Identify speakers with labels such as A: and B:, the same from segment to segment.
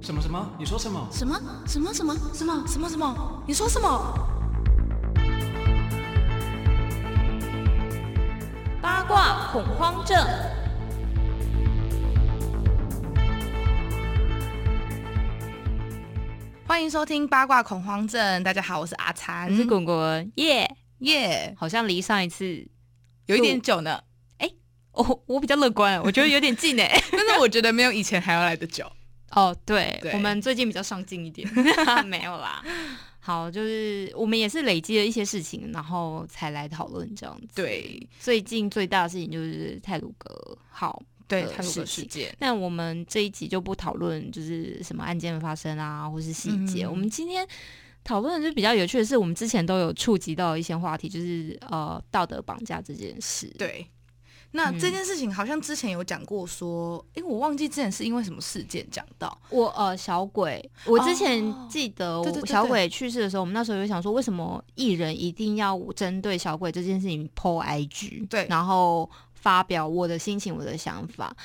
A: 什么什么？你说什么？
B: 什么什么什么什么什么什么？你说什么？
C: 八卦恐慌症。
B: 欢迎收听八卦恐慌症。大家好，我是阿残，
C: 我是滚滚耶
B: 耶
C: 好像离上一次，
B: 有一点久呢，
C: 哦，我比较乐 观，我觉得有点近哎。
B: 但是我觉得没有以前还要来的久。
C: 哦，对，
B: 对
C: 我们最近比较上进一点， 没有啦。好，就是我们也是累积了一些事情，然后才来讨论这样子。，
B: 对
C: 最近最大的事情就是泰鲁格号。
B: 对，
C: 的
B: 泰鲁格
C: 事
B: 事
C: 情
B: 件，
C: 那我们这一集就不讨论就是什么案件发生啊，或是细节。
B: 嗯
C: 我们今天讨论的就比较有趣的是，我们之前都有触及到一些话题，就是呃道德绑架这件事。，
B: 对。那
C: 嗯
B: 这件事情好像之前有讲过说，因为我忘记之前是因为什么事件讲到，
C: 我呃小鬼，我之前
B: 哦
C: 记得
B: 对对
C: 我
B: 对
C: 小鬼去世的时候，我们那时候有想说，为什么艺人一定要针对小鬼这件事情 PO IG，
B: 对
C: 然后发表我的心情、我的想法。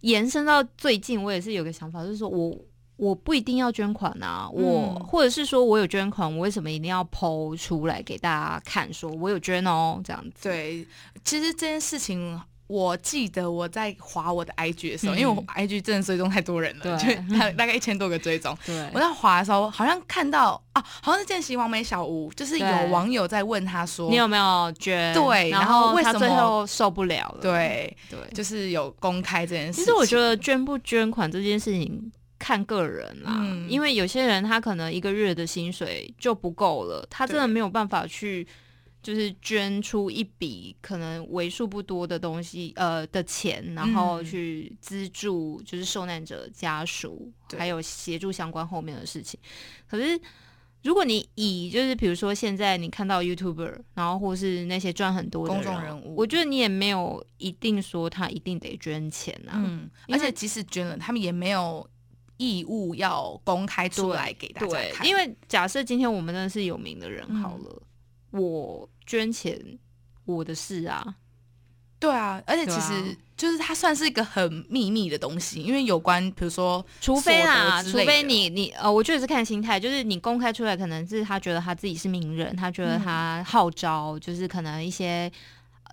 C: 延伸到最近，我也是有个想法，就是说我我不一定要捐款啊，我、
B: 嗯
C: 或者是说我有捐款，我为什么一定要 PO 出来给大家看，说我有捐哦，这样子。
B: 对，其实这件事情。我记得我在划我的 IG 的时候，
C: 嗯
B: 因为我 IG 真的追踪太多人了，就
C: 对
B: 大大概一千多个追踪。
C: 对
B: 我在划的时候，好像看到啊，好像是见习王美小屋，就是有
C: 对
B: 网友在问他说，
C: 你有没有捐？
B: 对
C: 然
B: 然后为
C: 他
B: 什
C: 最
B: 么
C: 后受不了了。
B: 对，
C: 对，
B: 就是有公开这件事情。
C: 其实我觉得捐不捐款这件事情看个人啦，
B: 嗯
C: 因为有些人他可能一个月的薪水就不够了，他真的
B: 对
C: 没有办法去就是捐出一笔可能为数不多的东西呃的钱，然后
B: 嗯
C: 去资助就是受难者家属，
B: 对
C: 还有协助相关后面的事情。可是如果你以就是比如说现在你看到 YouTuber，然后或是那些赚很多的
B: 公众人物
C: 我觉得你也没有一定说他一定得捐钱啊。
B: 嗯，
C: 因
B: 而
C: 为
B: 且即使捐了，他们也没有义务要公开出来给大家
C: 对，
B: 看，
C: 因
B: 为
C: 为假设今天我们真的是有名的人好了，我捐钱我的事啊，
B: 对啊，而且
C: 对
B: 其
C: 啊
B: 实就是它算是一个很秘密的东西，因为有关比如说
C: 除非啦，
B: 所得
C: 除
B: 之类的
C: 非你你呃，我觉得是看心态，就是你公开出来，可能是他觉得他自己是名人，他觉得他号召，就是可能一些。呃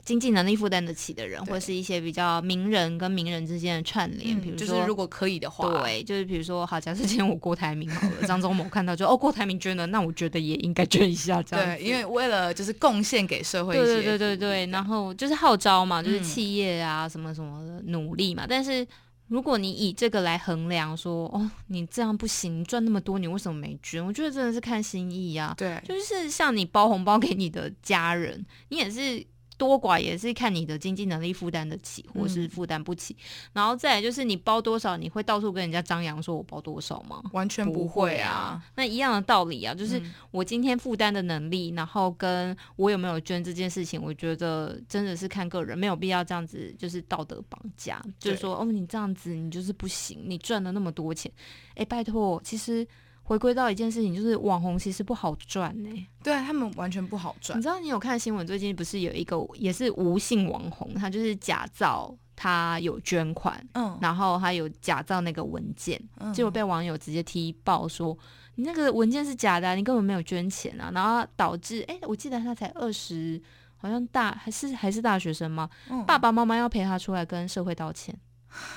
C: 经济能力负担得起的人，
B: 对
C: 或是一些比较名人跟名人之间的串联，比、
B: 嗯
C: 如
B: 就
C: 说，
B: 是如果可以的话，
C: 对，就是比如说，好，假设今天我郭台铭好了，张忠谋看到就哦，郭台铭捐了，那我觉得也应该捐一下，这样
B: 对，
C: 子
B: 因为为了就是贡献给社会一
C: 对
B: 些
C: 对对对对，然后就是号召嘛，就是
B: 嗯
C: 企业啊、什么什么的努力嘛。但是如果你以这个来衡量说，哦，你这样不行，你赚那么多，你为什么没捐？我觉得真的是看心意啊，
B: 对
C: 就是像你包红包给你的家人，你也是。多寡也是看你的经济能力负担得起，或是
B: 嗯
C: 负担不起。然后再来就是你包多少，你会到处跟人家张扬说我包多少吗？
B: 完全
C: 不
B: 会
C: 啊，，那一样的道理啊，就是
B: 嗯
C: 我今天负担的能力，然后跟我有没有捐这件事情，我觉得真的是看个人，没有必要这样子就是道德绑架，就
B: 对
C: 是说哦，你这样子你就是不行，你赚了那么多钱，哎，拜托，其实。回归到一件事情，就是网红其实不好赚呢、
B: 对啊，他们完全不好赚
C: 你，知道，你有看新闻，最近不是有一个也是无姓网红，他就是假造他有捐款，
B: 嗯
C: 然后他有假造那个文件，
B: 嗯
C: 结果被网友直接踢爆说你那个文件是假的啊、你根本没有捐钱啊，然后导致哎、我记得他才二十，好像大还是还是大学生吗？
B: 嗯
C: 爸爸妈妈要陪他出来跟社会道歉，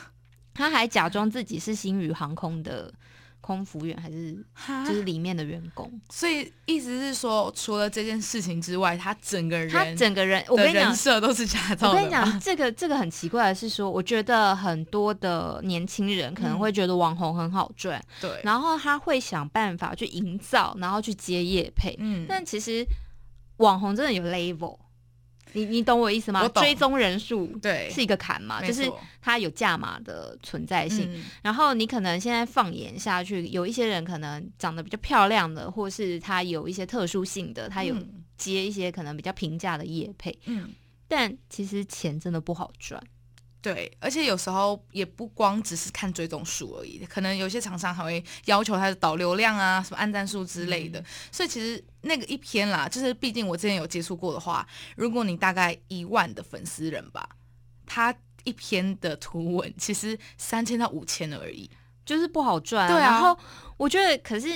C: 他还假装自己是星宇航空的空服员，还是
B: 哈
C: 就是里面的员工，
B: 所以意思是说，除了这件事情之外，他整个人
C: 他整个人，我
B: 的
C: 跟你讲
B: 人。设都是假造
C: 我
B: 的吧。
C: 跟你讲，这个这个很奇怪的是说，我觉得很多的年轻人可能
B: 嗯
C: 会觉得网红很好赚，
B: 对，
C: 然后他会想办法去营造，然后去接业配。
B: 嗯
C: 但其实网红真的有 level，你你懂我意思吗？
B: 我懂
C: 追踪人数
B: 对
C: 是一个坎嘛，
B: 没
C: 就是
B: 错
C: 它有价码的存在性。
B: 嗯
C: 然后你可能现在放眼下去，有一些人可能长得比较漂亮的，或是他有一些特殊性的，他有
B: 嗯
C: 接一些可能比较平价的业配，
B: 嗯，
C: 但其实钱真的不好赚。
B: 对，而且有时候也不光只是看追踪数而已，可能有些厂商还会要求他的导流量啊、什么按赞数之类的。所以其实那个一篇啦，就是毕竟我之前有接触过的话，如果你大概一万的粉丝人吧，他一篇的图文其实三千到五千而已。
C: 就是不好赚、
B: 对啊
C: 然后我觉得，可是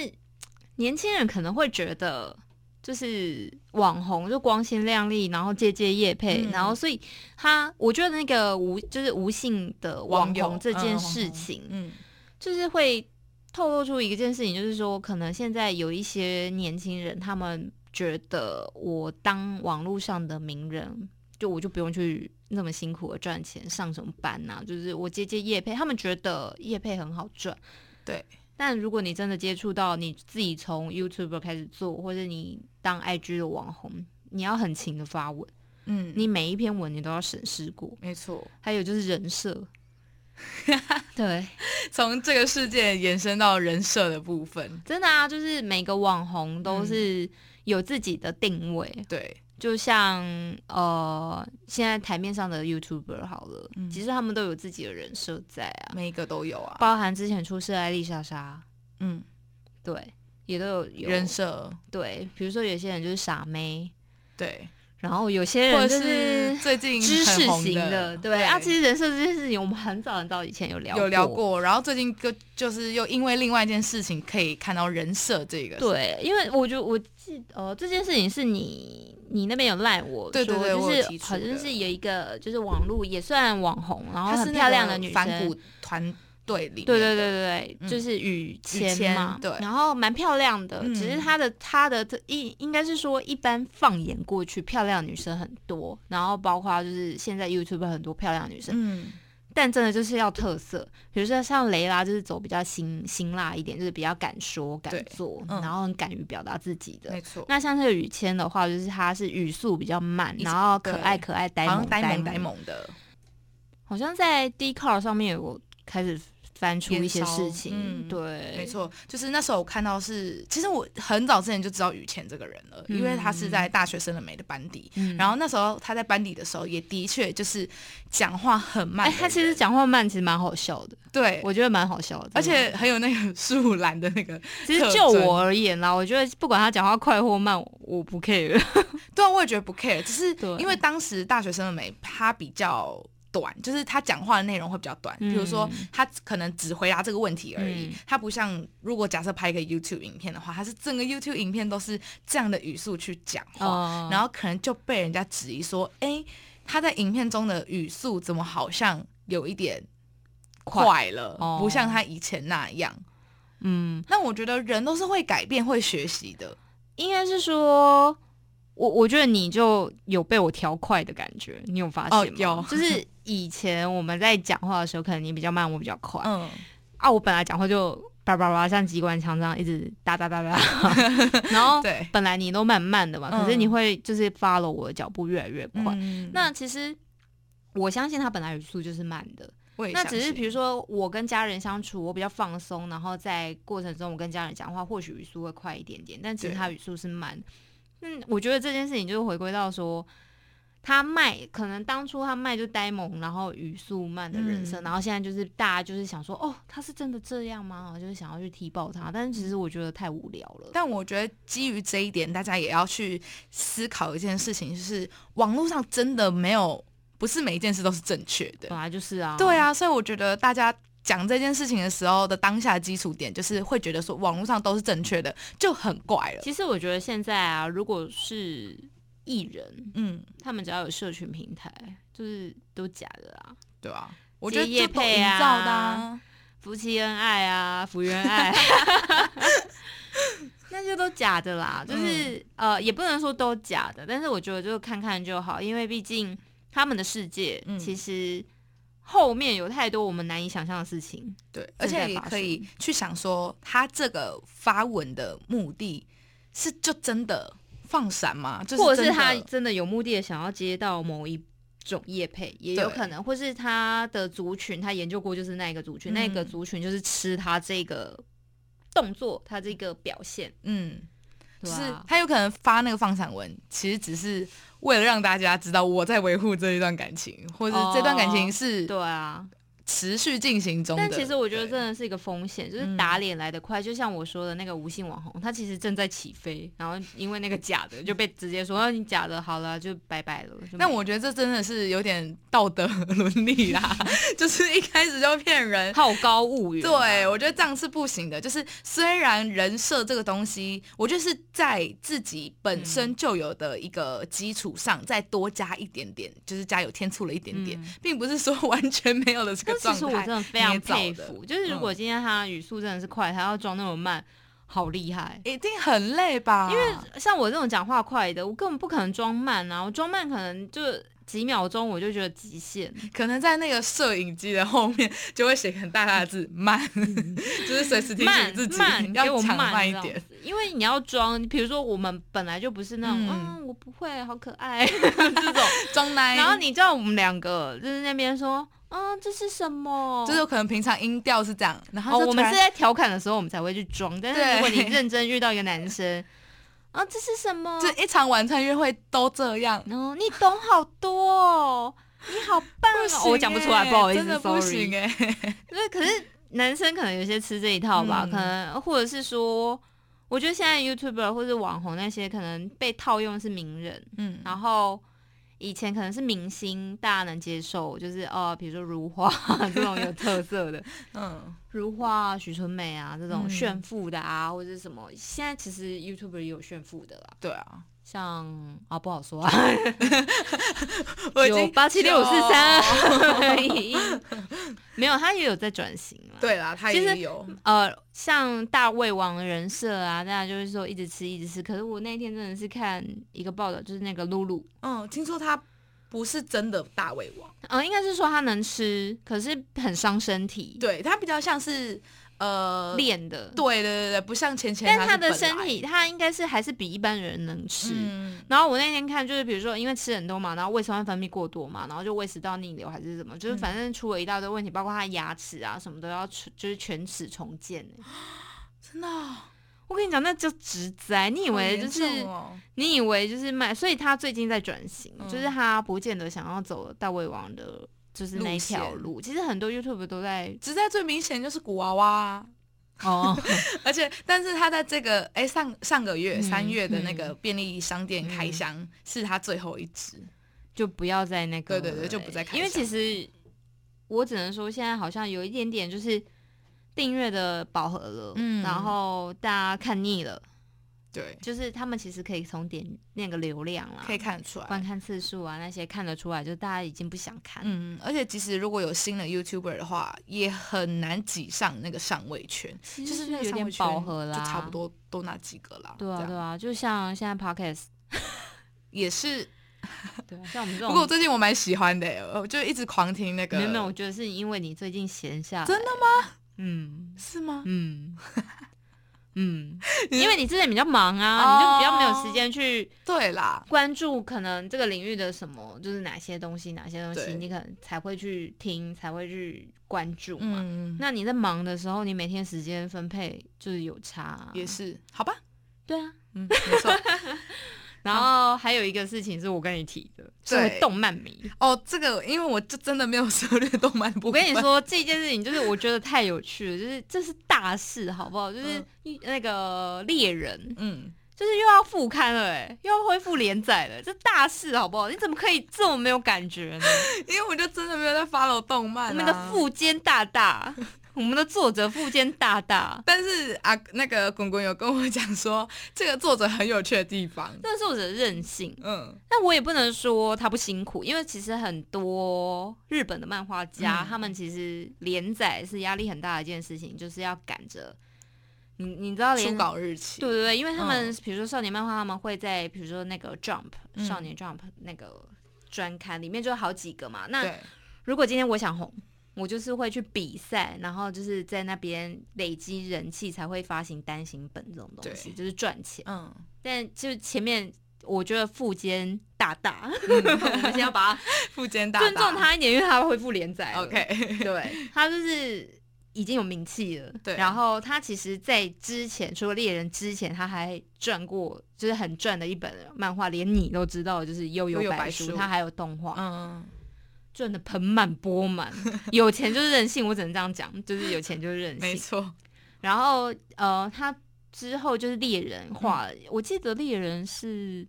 C: 年轻人可能会觉得，就是网红就光鲜亮丽，然后接接业配，
B: 嗯
C: 然后所以他，我觉得那个无就是无性的网
B: 网友
C: 红这件
B: 嗯
C: 事
B: 网红
C: 情，
B: 嗯，
C: 就是会透露出一件事情，就是说，可能现在有一些年轻人，他们觉得我当网络上的名人，就我就不用去那么辛苦的赚钱，上什么班呐、就是我接接业配，他们觉得业配很好赚，
B: 对。
C: 但如果你真的接触到你自己从 YouTube 开始做，或者你当 IG 的网红，你要很勤的发文，
B: 嗯，
C: 你每一篇文你都要审视过，
B: 没错，
C: 还有就是人设，对，
B: 从这个事件延伸到人设的部分，
C: 真的啊，就是每个网红都是
B: 嗯
C: 有自己的定位，
B: 对，
C: 就像呃，现在台面上的 YouTuber 好了，
B: 嗯
C: 其实他们都有自己的人设在啊，
B: 每一个都有啊，
C: 包含之前出事的艾丽莎莎，
B: 嗯，
C: 对，也都有有
B: 人设，
C: 对，比如说有些人就是傻妹，
B: 对，
C: 然后有些
B: 或
C: 人
B: 者
C: 就是
B: 是。最近
C: 知识
B: 很红
C: 型
B: 的，
C: 对啊，其实人设这件事情，我们很早很早以前有聊
B: 有聊过，然后最近就就是又因为另外一件事情可以看到人设这个，
C: 对，因为我就我记呃这件事情是你你那边有赖我
B: 对对对我有
C: 说，就
B: 提
C: 是
B: 出
C: 好像
B: 的
C: 是有一个就是网络也算网红，然后
B: 她是
C: 很
B: 那
C: 漂
B: 个
C: 亮的女生，
B: 反骨团队里面的，
C: 对对对对对，
B: 嗯
C: 就是雨谦
B: 谦
C: 嘛，
B: 对
C: 然后蛮漂亮的，只是
B: 嗯
C: 她的她的应应该是说一般放眼过去，漂亮的女生很多，然后包括就是现在 YouTube 很多漂亮的女生，
B: 嗯，
C: 但真的就是要特色，比如说像雷拉就是走比较辛辛辣一点，就是比较敢说敢
B: 对
C: 做，
B: 嗯
C: 然后很敢于表达自己的
B: 没。错，
C: 那像这个雨谦的话，就是他是语速比较慢，
B: 一直
C: 然后可
B: 对
C: 爱可爱呆
B: 好
C: 萌
B: 像呆
C: 萌
B: 萌呆，萌的，
C: 好像在 d c a r 上面有开始翻出一些
B: 烟烧
C: 事情，
B: 嗯
C: 对，
B: 没，错，就是那时候我看到是，其实我很早之前就知道雨谦这个人了，因为他是在大学生的美的班底，
C: 嗯
B: 然后那时候他在班底的时候也的确就是讲话很慢
C: 哎、
B: 的人，
C: 他其实讲话慢，其实蛮好笑的，
B: 对，
C: 我觉得蛮好笑的，
B: 而
C: 真的
B: 且很有那个树懒的那个，
C: 其实
B: 特
C: 就
B: 征
C: 我而言啦，我觉得不管他讲话快或慢，我不 care，
B: 对啊，我也觉得不 care，只是
C: 对
B: 因为当时大学生的美他比较。短就是他讲话的内容会比较短，比如说
C: 嗯
B: 他可能只回答这个问题而已，
C: 嗯
B: 他不像如果假设拍一个 YouTube 影片的话，他是整个 YouTube 影片都是这样的语速去讲话，
C: 哦
B: 然后可能就被人家质疑说，哎、他在影片中的语速怎么好像有一点快了，
C: 哦
B: 不像他以前那样。
C: 嗯。
B: 那我觉得人都是会改变、会学习的。
C: 应该是说，我我觉得你就有被我调快的感觉，你有发现吗？
B: 哦有
C: 就是以前我们在讲话的时候，可能你比较慢，我比较快、
B: 嗯，
C: 啊。我本来讲话就叭叭叭，像机关枪这样一直哒 哒哒哒，然后
B: 对，
C: 本来你都慢慢的嘛，
B: 嗯
C: 可是你会就是 follow 我的脚步越来越快。
B: 嗯
C: 那其实我相信他本来语速就是慢的，
B: 我也
C: 那
B: 相
C: 只是
B: 信
C: 比如说我跟家人相处，我比较放松，然后在过程中我跟家人讲话，或许语速会快一点点，但其实
B: 对
C: 他语速是慢的。嗯，我觉得这件事情就是回归到说，他卖可能当初他卖就呆萌，然后语速慢的人生，
B: 嗯
C: 然后现在就是大家就是想说，哦，他是真的这样吗？就是想要去踢爆他，但是其实我觉得太无聊了。
B: 嗯但我觉得基于这一点，大家也要去思考一件事情，就是网络上真的没有，不是每一件事都是正确的
C: 本。来就是啊，
B: 对，啊，所以我觉得大家讲这件事情的时候的当下基础点，就是会觉得说网络上都是正确的，就很怪了。
C: 其实我觉得现在啊，如果是艺人，
B: 嗯，
C: 他们只要有社群平台，就是都假的啊。
B: 对啊，我
C: 接
B: 觉得
C: 业
B: 这都
C: 配
B: 营
C: 啊
B: 造的、啊。
C: 夫妻恩爱啊，福 原爱，那些都假的啦。
B: 嗯
C: 就是、呃，也不能说都假的，但是我觉得就看看就好，因为毕竟他们的世界、
B: 嗯
C: 其实后面有太多我们难以想象的事情。
B: 对，而
C: 正在
B: 且也
C: 发
B: 可以去想说，他这个发文的目的是就真的放闪吗？就是
C: 或者是
B: 真的
C: 他真的有目的的想要接到某一种业配，也有
B: 对
C: 可能，或是他的族群，他研究过就是那一个族群，
B: 嗯
C: 那个族群就是吃他这个动作，他这个表现，
B: 嗯，就
C: 对
B: 是
C: 啊
B: 他有可能发那个放闪文，其实只是为了让大家知道我在维护这一段感情，或者是这段感情是
C: 哦对啊，
B: 持续进行中的。
C: 但其实我觉得
B: 对
C: 真的是一个风险，就是
B: 嗯
C: 打脸来得快。就像我说的那个无性网红，他其实正在起飞，然后因为那个假的就被直接说，啊、你假的，好了，就拜拜了。就没
B: 但我觉得这真的是有点道德伦理 啦，就是一开始就骗人。
C: 好高骛远啊、
B: 对，我觉得这样是不行的。就是虽然人设这个东西，我觉得是在自己本
C: 嗯
B: 身就有的一个基础上，再多加一点点，就是加油添醋了一点点，
C: 嗯
B: 并不是说完全没有了这个
C: 但
B: 状
C: 其
B: 态。
C: 实我真的非常佩
B: 捏造嗯
C: 服，就是如果今天他语速真的是快，他要装那么慢，好厉害。
B: 一定很累吧？
C: 因为像我这种讲话快的，我根本不可能装慢啊！我装慢可能就几秒钟我就觉得极限。
B: 可能在那个摄影机的后面就会写很大大的字“慢”， 就是随时提
C: 嗯慢
B: 醒自己
C: 慢，给
B: 要
C: 我
B: 抢
C: 慢
B: 一
C: 这样
B: 点。
C: 子，因为你要装，比如说我们本来就不是那种，
B: 嗯
C: 嗯，我不会，好可 爱这种，
B: 装奶，
C: 然后你叫我们两个就是那边说，嗯，这是什么？
B: 就是可能平常音调是这样，然
C: 哦，
B: 后就
C: 我们
B: 突
C: 是
B: 然
C: 在调侃的时候我们才会去装，但是
B: 对
C: 如果你认真遇到一个男生，啊，这是什么？
B: 就一场晚餐约会都这 样，
C: 然后你懂好多哦，你好棒
B: 不
C: 哦
B: 行，
C: 我讲不出来，
B: 欸
C: 不好意思
B: 真的不
C: ，sorry
B: 行。哎、
C: 对，可是男生可能有些吃这一套吧，
B: 嗯
C: 可能或者是说，我觉得现在 YouTuber 或者网红那些可能被套用是名人，
B: 嗯，
C: 然后以前可能是明星，大家能接受，就是哦，比如说如花 这种有特 色的，
B: 嗯，
C: 如花啊、许纯美啊这种
B: 嗯
C: 炫富的啊，或者是什么，现在其实 YouTuber 也有炫富的啦。
B: 对啊，
C: 像啊，不好说啊，
B: 我已
C: 九
B: 经
C: 八七六四
B: 就，
C: 三，一没有，他也有在转型啦。
B: 对啦，他
C: 其实
B: 也有，
C: 呃，像大胃王人设啊，大家就是说一直吃一直吃。可是我那天真的是看一个报道，就是那个露露，
B: 嗯，听说他不是真的大胃王，
C: 呃，应该是说她能吃，可是很伤身体，
B: 对他比较像是呃，对
C: 练的。
B: 对对对，不像钱钱，
C: 但
B: 他
C: 她的身体，她应该是还是比一般人能吃。
B: 嗯
C: 然后我那天看，就是比如说，因为吃很多嘛，然后胃酸分泌过多嘛，然后就胃食道逆流还是什么，
B: 嗯
C: 就是反正出了一大堆问题，包括她牙齿啊什么都要全，就是全齿重建欸、
B: 真的哦、
C: 我跟你讲，那叫植栽。你以
B: 好
C: 为
B: 严
C: 就是
B: 重哦
C: 你以为就是卖，所以他最近在转型，
B: 嗯
C: 就是他不见得想要走大胃王的，就是那一条路。其实很多 YouTube 都在
B: 只在最明显就是古娃娃、啊，
C: 哦，
B: 而且，但是他在这个哎、上上个月
C: 嗯
B: 三、月的那个便利商店开箱、是他最后一支，
C: 就不要再那个，
B: 对对对就不再开
C: 因为
B: 箱
C: 其实我只能说，现在好像有一点点就是订阅的饱和了，
B: 嗯
C: 然后大家看腻了，
B: 对，
C: 就是他们其实可以从点那个流量啦
B: 可以。看得出来。
C: 观看次数啊，那些看得出来，就大家已经不想看。
B: 嗯，而且即使如果有新的 YouTuber 的话，也很难挤上那个上位圈，
C: 其
B: 就是
C: 实是
B: 那个
C: 有
B: 上
C: 点
B: 位圈
C: 饱和啦，
B: 就差不。多都那几个啦。
C: 对啊，
B: 这
C: 对
B: 样
C: 啊，就像现在 podcast
B: 也是。
C: 对啊，像我们
B: 不
C: 这种，
B: 过我最近我蛮喜欢的、哎我就一直狂听那个。
C: 没有没有，我觉得是因为你最近闲下来，
B: 真的
C: 吗？嗯
B: 是吗？
C: 嗯嗯，
B: 你是
C: 因为你之前比较忙啊，
B: 哦
C: 你就比较没有时间去
B: 对啦，
C: 关注可能这个领域的什么，就是哪些东西，哪些东西
B: 对
C: 你可能才会去听，才会去关注嘛。
B: 嗯，
C: 那你在忙的时候，你每天时间分配就是有差啊、
B: 也是，好吧，
C: 对啊。
B: 嗯，没错。
C: 然后还有一个事情是我跟你提的，
B: 对
C: 是动漫迷。
B: 哦，这个因为我就真的没有涉猎动漫的部
C: 我
B: 分
C: 跟你说这件事情，就是我觉得太有趣了，就是这是大事，好不好？就是
B: 嗯
C: 一那个猎人，
B: 嗯，
C: 就是又要复刊了、哎，又要恢复连载了，这大事，好不好？你怎么可以这么没有感觉 呢？
B: 因为我就真的没有在 follow 动漫、啊，
C: 我们的富坚大大，我们的作者富坚大大，
B: 但是啊，那个滚滚有跟我讲说，这个作者很有趣的地方，
C: 这是我的任性。
B: 嗯，
C: 但我也不能说他不辛苦，因为其实很多日本的漫画家，
B: 嗯
C: 他们其实连载是压力很大的一件事情，就是要赶着。你你知道连
B: 初稿日期，
C: 对对对，因为他们
B: 嗯
C: 比如说少年漫画，他们会在比如说那个 Jump、
B: 嗯
C: 少年 Jump 那个专刊里面就有好几个嘛。那
B: 对，
C: 如果今天我想红，我就是会去比赛，然后就是在那边累积人气，才会发行单行本这种东西，
B: 对
C: 就是赚钱。
B: 嗯，
C: 但就是前面我觉得富坚大大， 我们先要把他
B: 富坚嗯 大大，
C: 尊重他一点，因为他会复连载了。
B: ，OK，
C: 对他就是已经有名气了。
B: 对
C: 然后他其实，在之前除了猎人之前，他还赚过，就是很赚的一本漫画，连你都知道，就是《悠
B: 悠悠
C: 白
B: 白
C: 书》，
B: 书
C: 他还有动画。
B: 嗯，
C: 赚的盆满钵 满，有钱就是任性，我只能这样讲，就是有钱就是任
B: 没
C: 性。
B: 错，
C: 然后呃，他之后就是猎人画，我记得猎人是。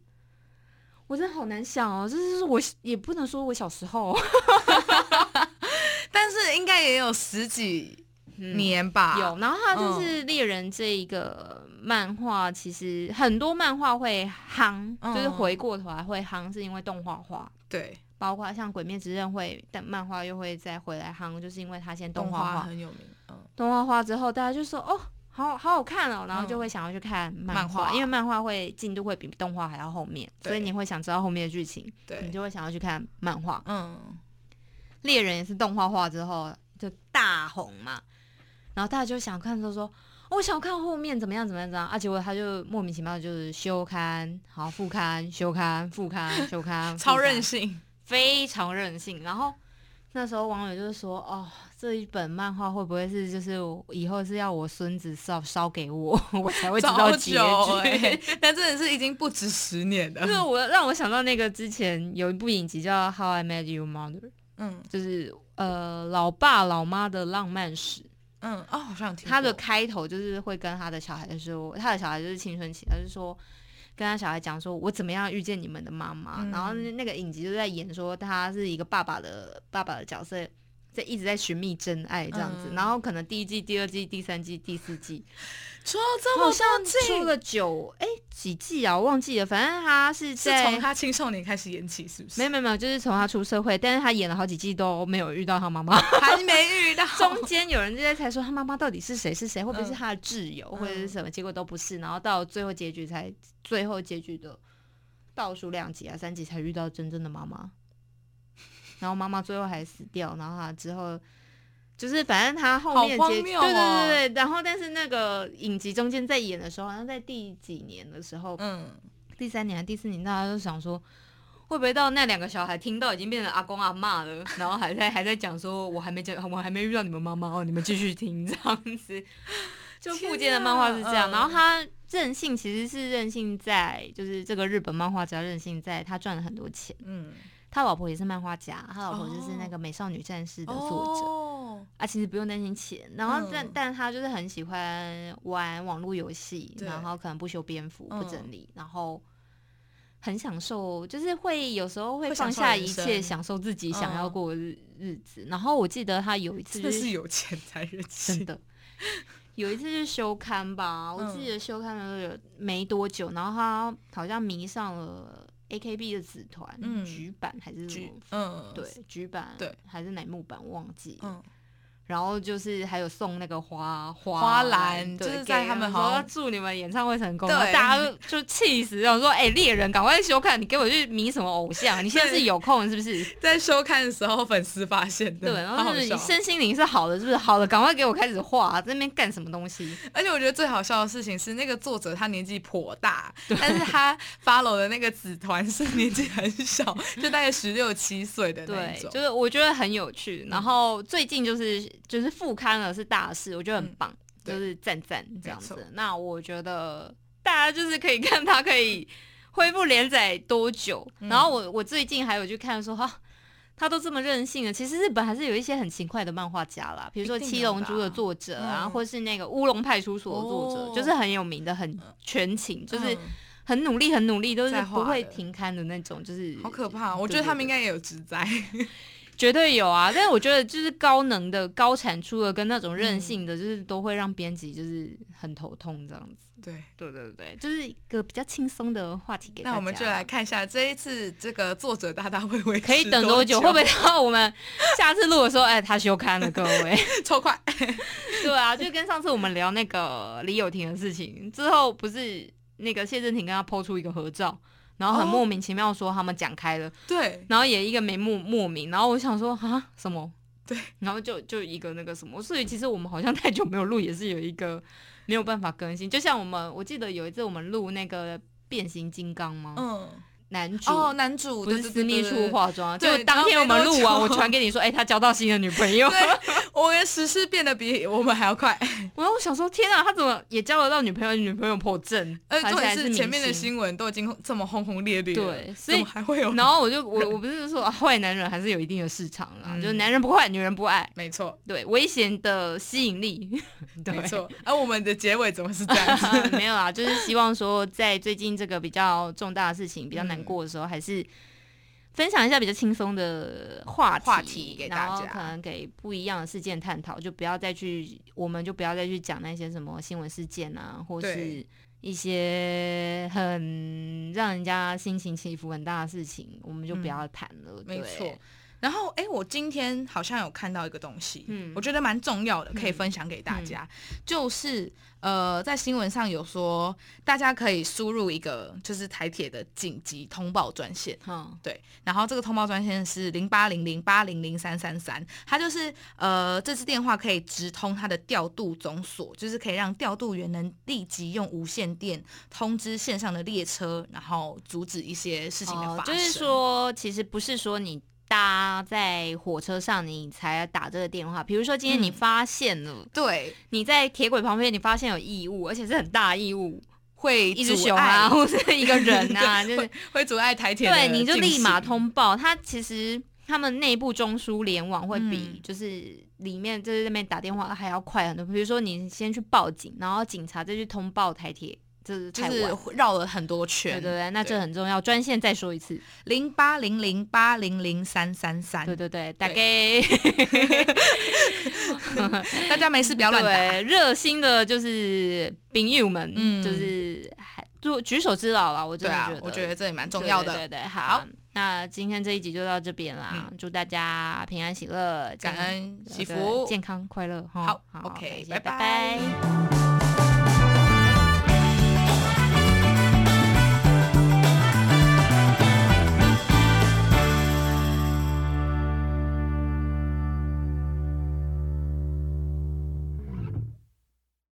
C: 我真的好难想哦，就是我也不能说我小时候
B: 但是应该也有十几
C: 嗯
B: 年吧。
C: 有，然后他
B: 嗯
C: 就是猎人这一个漫画，其实很多漫画会夯，
B: 嗯
C: 就是回过头来会夯，是因为动画化，
B: 对，
C: 包括像《鬼灭之刃》会，但漫画又会再回来夯，就是因为它先
B: 动
C: 动画
B: 画
C: 化，
B: 很有名。嗯，
C: 动画化之后，大家就说哦，好好好看哦，然后
B: 嗯
C: 就会想要去看漫
B: 漫画
C: 因为漫画会进度会比动画还要后面，所
B: 对
C: 以你会想知道后面的剧情，你
B: 对，
C: 就会想要去看漫画。
B: 嗯，
C: 猎人也是动画化之后就大红嘛，然后大家就想看就说，哦我想看后面怎么样怎么样怎么样啊，结果他就莫名其妙就是休刊，好复刊，休刊，复刊， 休刊，
B: 超任
C: 性，
B: 性。
C: 非常任性。然后那时候网友就是说，哦，这一本漫画会不会是就是以后是要我孙子烧烧给我， 我才会知道
B: 超
C: 结局？
B: 久哎、但真的是已经不止十年
C: 就是
B: 了。
C: 我让我想到那个之前有一部影集叫《How I Met Your Mother》。
B: 嗯
C: 就是呃老爸老妈的浪漫史。
B: 嗯，哦，好像有听过
C: 他的开头就是会跟他的小孩说，他的小孩就是青春期，他就说跟他小孩讲说，我怎么样遇见你们的妈妈。
B: 嗯
C: 然后那那个影集就在演说他是一个爸爸的爸爸的角色。在一直在寻觅真爱这样子，
B: 嗯
C: 然后可能第一季、第二季、第三季、第四 季，
B: 出了这
C: 好
B: 么
C: 像
B: 多
C: 出
B: 季，
C: 了九哎、几季啊，我忘记了。反正他是
B: 是
C: 在
B: 从他青少年开始演起，是不
C: 没有
B: 是？
C: 没有没有，就是从他出社会，但是他演了好几季都没有遇到他妈妈。
B: 还没遇 到
C: 中间有人就在猜说他妈妈到底是谁是谁，会不会是
B: 嗯
C: 他的挚友、
B: 嗯
C: 或者是什么，结果都不是，然后到最后结局才最后结局的倒数两集啊三集才遇到真正的妈妈，然后妈妈最后还死掉，然后他之后。就是反正他后面
B: 好
C: 结
B: 荒谬哦
C: 对对对对，然后但是那个影集中间在演的时候，好像在第几年的时候，
B: 嗯，
C: 第三年、第四年，大家都想说，会不会到那两个小孩听到已经变成阿公阿妈了，然后还在还在讲说，我还没见，我还没遇到你们妈妈哦，你们继续听这样子。就
B: 天
C: 附件的漫画是这样，
B: 哪嗯
C: 然后他任性其实是任性在，就是这个日本漫画家任性在，他赚了很多钱，
B: 嗯，
C: 他老婆也是漫画家，他老婆
B: 哦
C: 就是那个《美少女战士》的作者。
B: 哦，
C: 啊，其实不用担心钱，然后但、
B: 嗯
C: 但他就是很喜欢玩网络游戏，
B: 对
C: 然后可能不修边幅、不
B: 嗯
C: 整理，然后很享受，就是会有时候会
B: 会享
C: 放
B: 受
C: 下
B: 人
C: 一
B: 生
C: 切，享受自己想要
B: 嗯
C: 过的日、日子。然后我记得他有一次
B: 真
C: 就
B: 的
C: 是
B: 是有钱才任
C: 真
B: 性，
C: 的。有一次是休刊吧，我记
B: 嗯
C: 得休刊了有没多久，然后他好像迷上了 AKB 的子团，
B: 嗯
C: 菊版还是什么
B: 举，嗯，
C: 对，菊版
B: 对
C: 还是乃木版，我忘记了。
B: 嗯，
C: 然后就是还有送那个花花
B: 花
C: 篮，
B: 篮
C: 对
B: 就是在
C: 给
B: 他们
C: 说
B: 好像
C: 祝你们演唱会成功，
B: 对
C: 然后大家就就气死，然后说：“哎、猎人，赶快休看，你给我去迷什么偶像？你现在是有空是不是？
B: 在收看的时候粉丝发现的，
C: 对，然后
B: 好
C: 就是你
B: 笑。哦
C: 身心灵是好的，是不是？好的，赶快给我开始画，在那边干什么东 西？
B: 而且我觉得最好笑的事情是，那个作者他年纪颇大，但是他 follow 的那个子团是年纪很小，就大概十六七岁的那
C: 对
B: 一，种。嗯
C: 就是我觉得很有趣。然后最近就是就是复刊了，是大事，我觉得很
B: 嗯
C: 棒，
B: 对
C: 就是赞赞这样
B: 没
C: 子
B: 错。
C: 那我觉得大家就是可以 看它可以恢复连载多久。
B: 嗯
C: 然后我我最近还有去看说哈。他都这么任性了，其实日本还是有一些很勤快的漫画家啦，比如说《
B: 一定有
C: 七龙珠》的
B: 的啊
C: 作者啊，
B: 嗯
C: 或是那个《乌龙派出所》的作者，
B: 哦
C: 就是很有名的、很全勤，就是
B: 嗯
C: 很努力、很努力，都是
B: 在画
C: 不会
B: 的
C: 停刊的那种，就是
B: 好可怕！我
C: 对
B: 觉得
C: 对
B: 他们
C: 对
B: 应该也有职 灾，
C: 绝对有啊，但是我觉得就是高能的、高产出的跟那种任
B: 嗯
C: 性的，就是都会让编辑就是很头痛这样子。
B: 对。
C: 对对对，就是一个比较轻松的话题给大家。
B: 那我们就来看一下这一次这个作者大大会会
C: 可以等
B: 多
C: 多久？会不会到我们下次录的时候，哎，他休刊了，各位。
B: 超 快？
C: 对啊，就跟上次我们聊那个李友廷的事情之后，不是那个谢振廷跟他抛出一个合照，然后很
B: 哦
C: 莫名其妙说他们讲开了，
B: 对，
C: 然后也一个没莫莫名，然后我想说啊什么？
B: 对，
C: 然后就就一个那个什么，所以其实我们好像太久没有录，也是有一个没有办法更新。就像我们，我记得有一次我们录那个变形金刚吗？
B: 嗯，
C: 男主。
B: 哦，男主
C: 不是私密处。化妆，
B: 对
C: 就
B: 对
C: 当天我们录
B: 然
C: 完，
B: 后没
C: 我
B: 多久
C: 传给 你说，哎、他交到新的女朋友
B: 对。对对对，对我跟实施变得比我们还要快。
C: 我又想说，天啊，他怎么也交得到女朋友？女朋友破正，
B: 而且呃
C: 而且
B: 重点
C: 还
B: 是前面的
C: 明星。
B: 新闻都已经这么轰轰烈烈了，
C: 对所
B: 怎
C: 以
B: 么还会有？
C: 然后我 就我我不是说啊，坏男人还是有一定的市场啦，
B: 嗯
C: 就是男人不坏，女人不爱，
B: 没错，
C: 对危险的吸引力，对
B: 没错。而、我们的结尾怎么是这样子？
C: 啊没有啦，就是希望说，在最近这个比较重大的事情、比较难过的时候，还是分享一下比较轻松的 话题，
B: 话题给大家
C: 然后可能给不一样的事件探讨，就不要再去，我们就不要再去讲那些什么新闻事件啊，或是
B: 对
C: 一些很让人家心情起伏很大的事情，我们就不要谈了。
B: 嗯没
C: 对
B: 错，。然后，哎，我今天好像有看到一个东西，
C: 嗯
B: 我觉得蛮重要的，可以分享给大家。就是呃，在新闻上有说，大家可以输入一个就是台铁的紧急通报专线，
C: 嗯，
B: 对，然后这个通报专线是零八零零八零零三三三，它就是呃这支电话可以直通它的调度总所，就是可以让调度员能立即用无线电通知线上的列车，然后阻止一些事情的
C: 哦
B: 发生。
C: 就是，说，其实不是说你。搭在火车上，你才打这个电话。比如说，今天你
B: 嗯
C: 发现了，
B: 对，
C: 你在铁轨旁边，你发现有异物，而且是很大的异物，
B: 会
C: 一只
B: 阻
C: 熊
B: 碍，
C: 啊，或者一个 人啊，就是
B: 会会阻碍台铁的
C: 对，你就
B: 进
C: 立马
B: 行。
C: 通报。他其实他们内部中枢联网会比
B: 嗯
C: 就是里面就是那边打电话还要快很多。比如说你先去报警，然后警察再去通报台铁，这是
B: 就
C: 太晚。
B: 是绕了很多
C: 对
B: 圈，
C: 对对，那这很重要。专线再说一次，
B: 零八零零八零零三三三
C: 对，对对，大概
B: 大家没事不要乱打。
C: 对，热心的就是朋友们，
B: 嗯
C: 就是还就举手之劳啦。我真
B: 对
C: 的
B: 啊
C: 觉得，，
B: 我觉得这也蛮重要的。
C: 对对对，好
B: 好。嗯
C: 那今天这一集就到这边啦，祝大家平安喜乐，
B: 感
C: 健
B: 恩
C: 对
B: 祈
C: 对
B: 福，
C: 健康快乐。哈
B: 好
C: 好
B: ，OK，
C: 感谢
B: 拜
C: 拜
B: 拜
C: 拜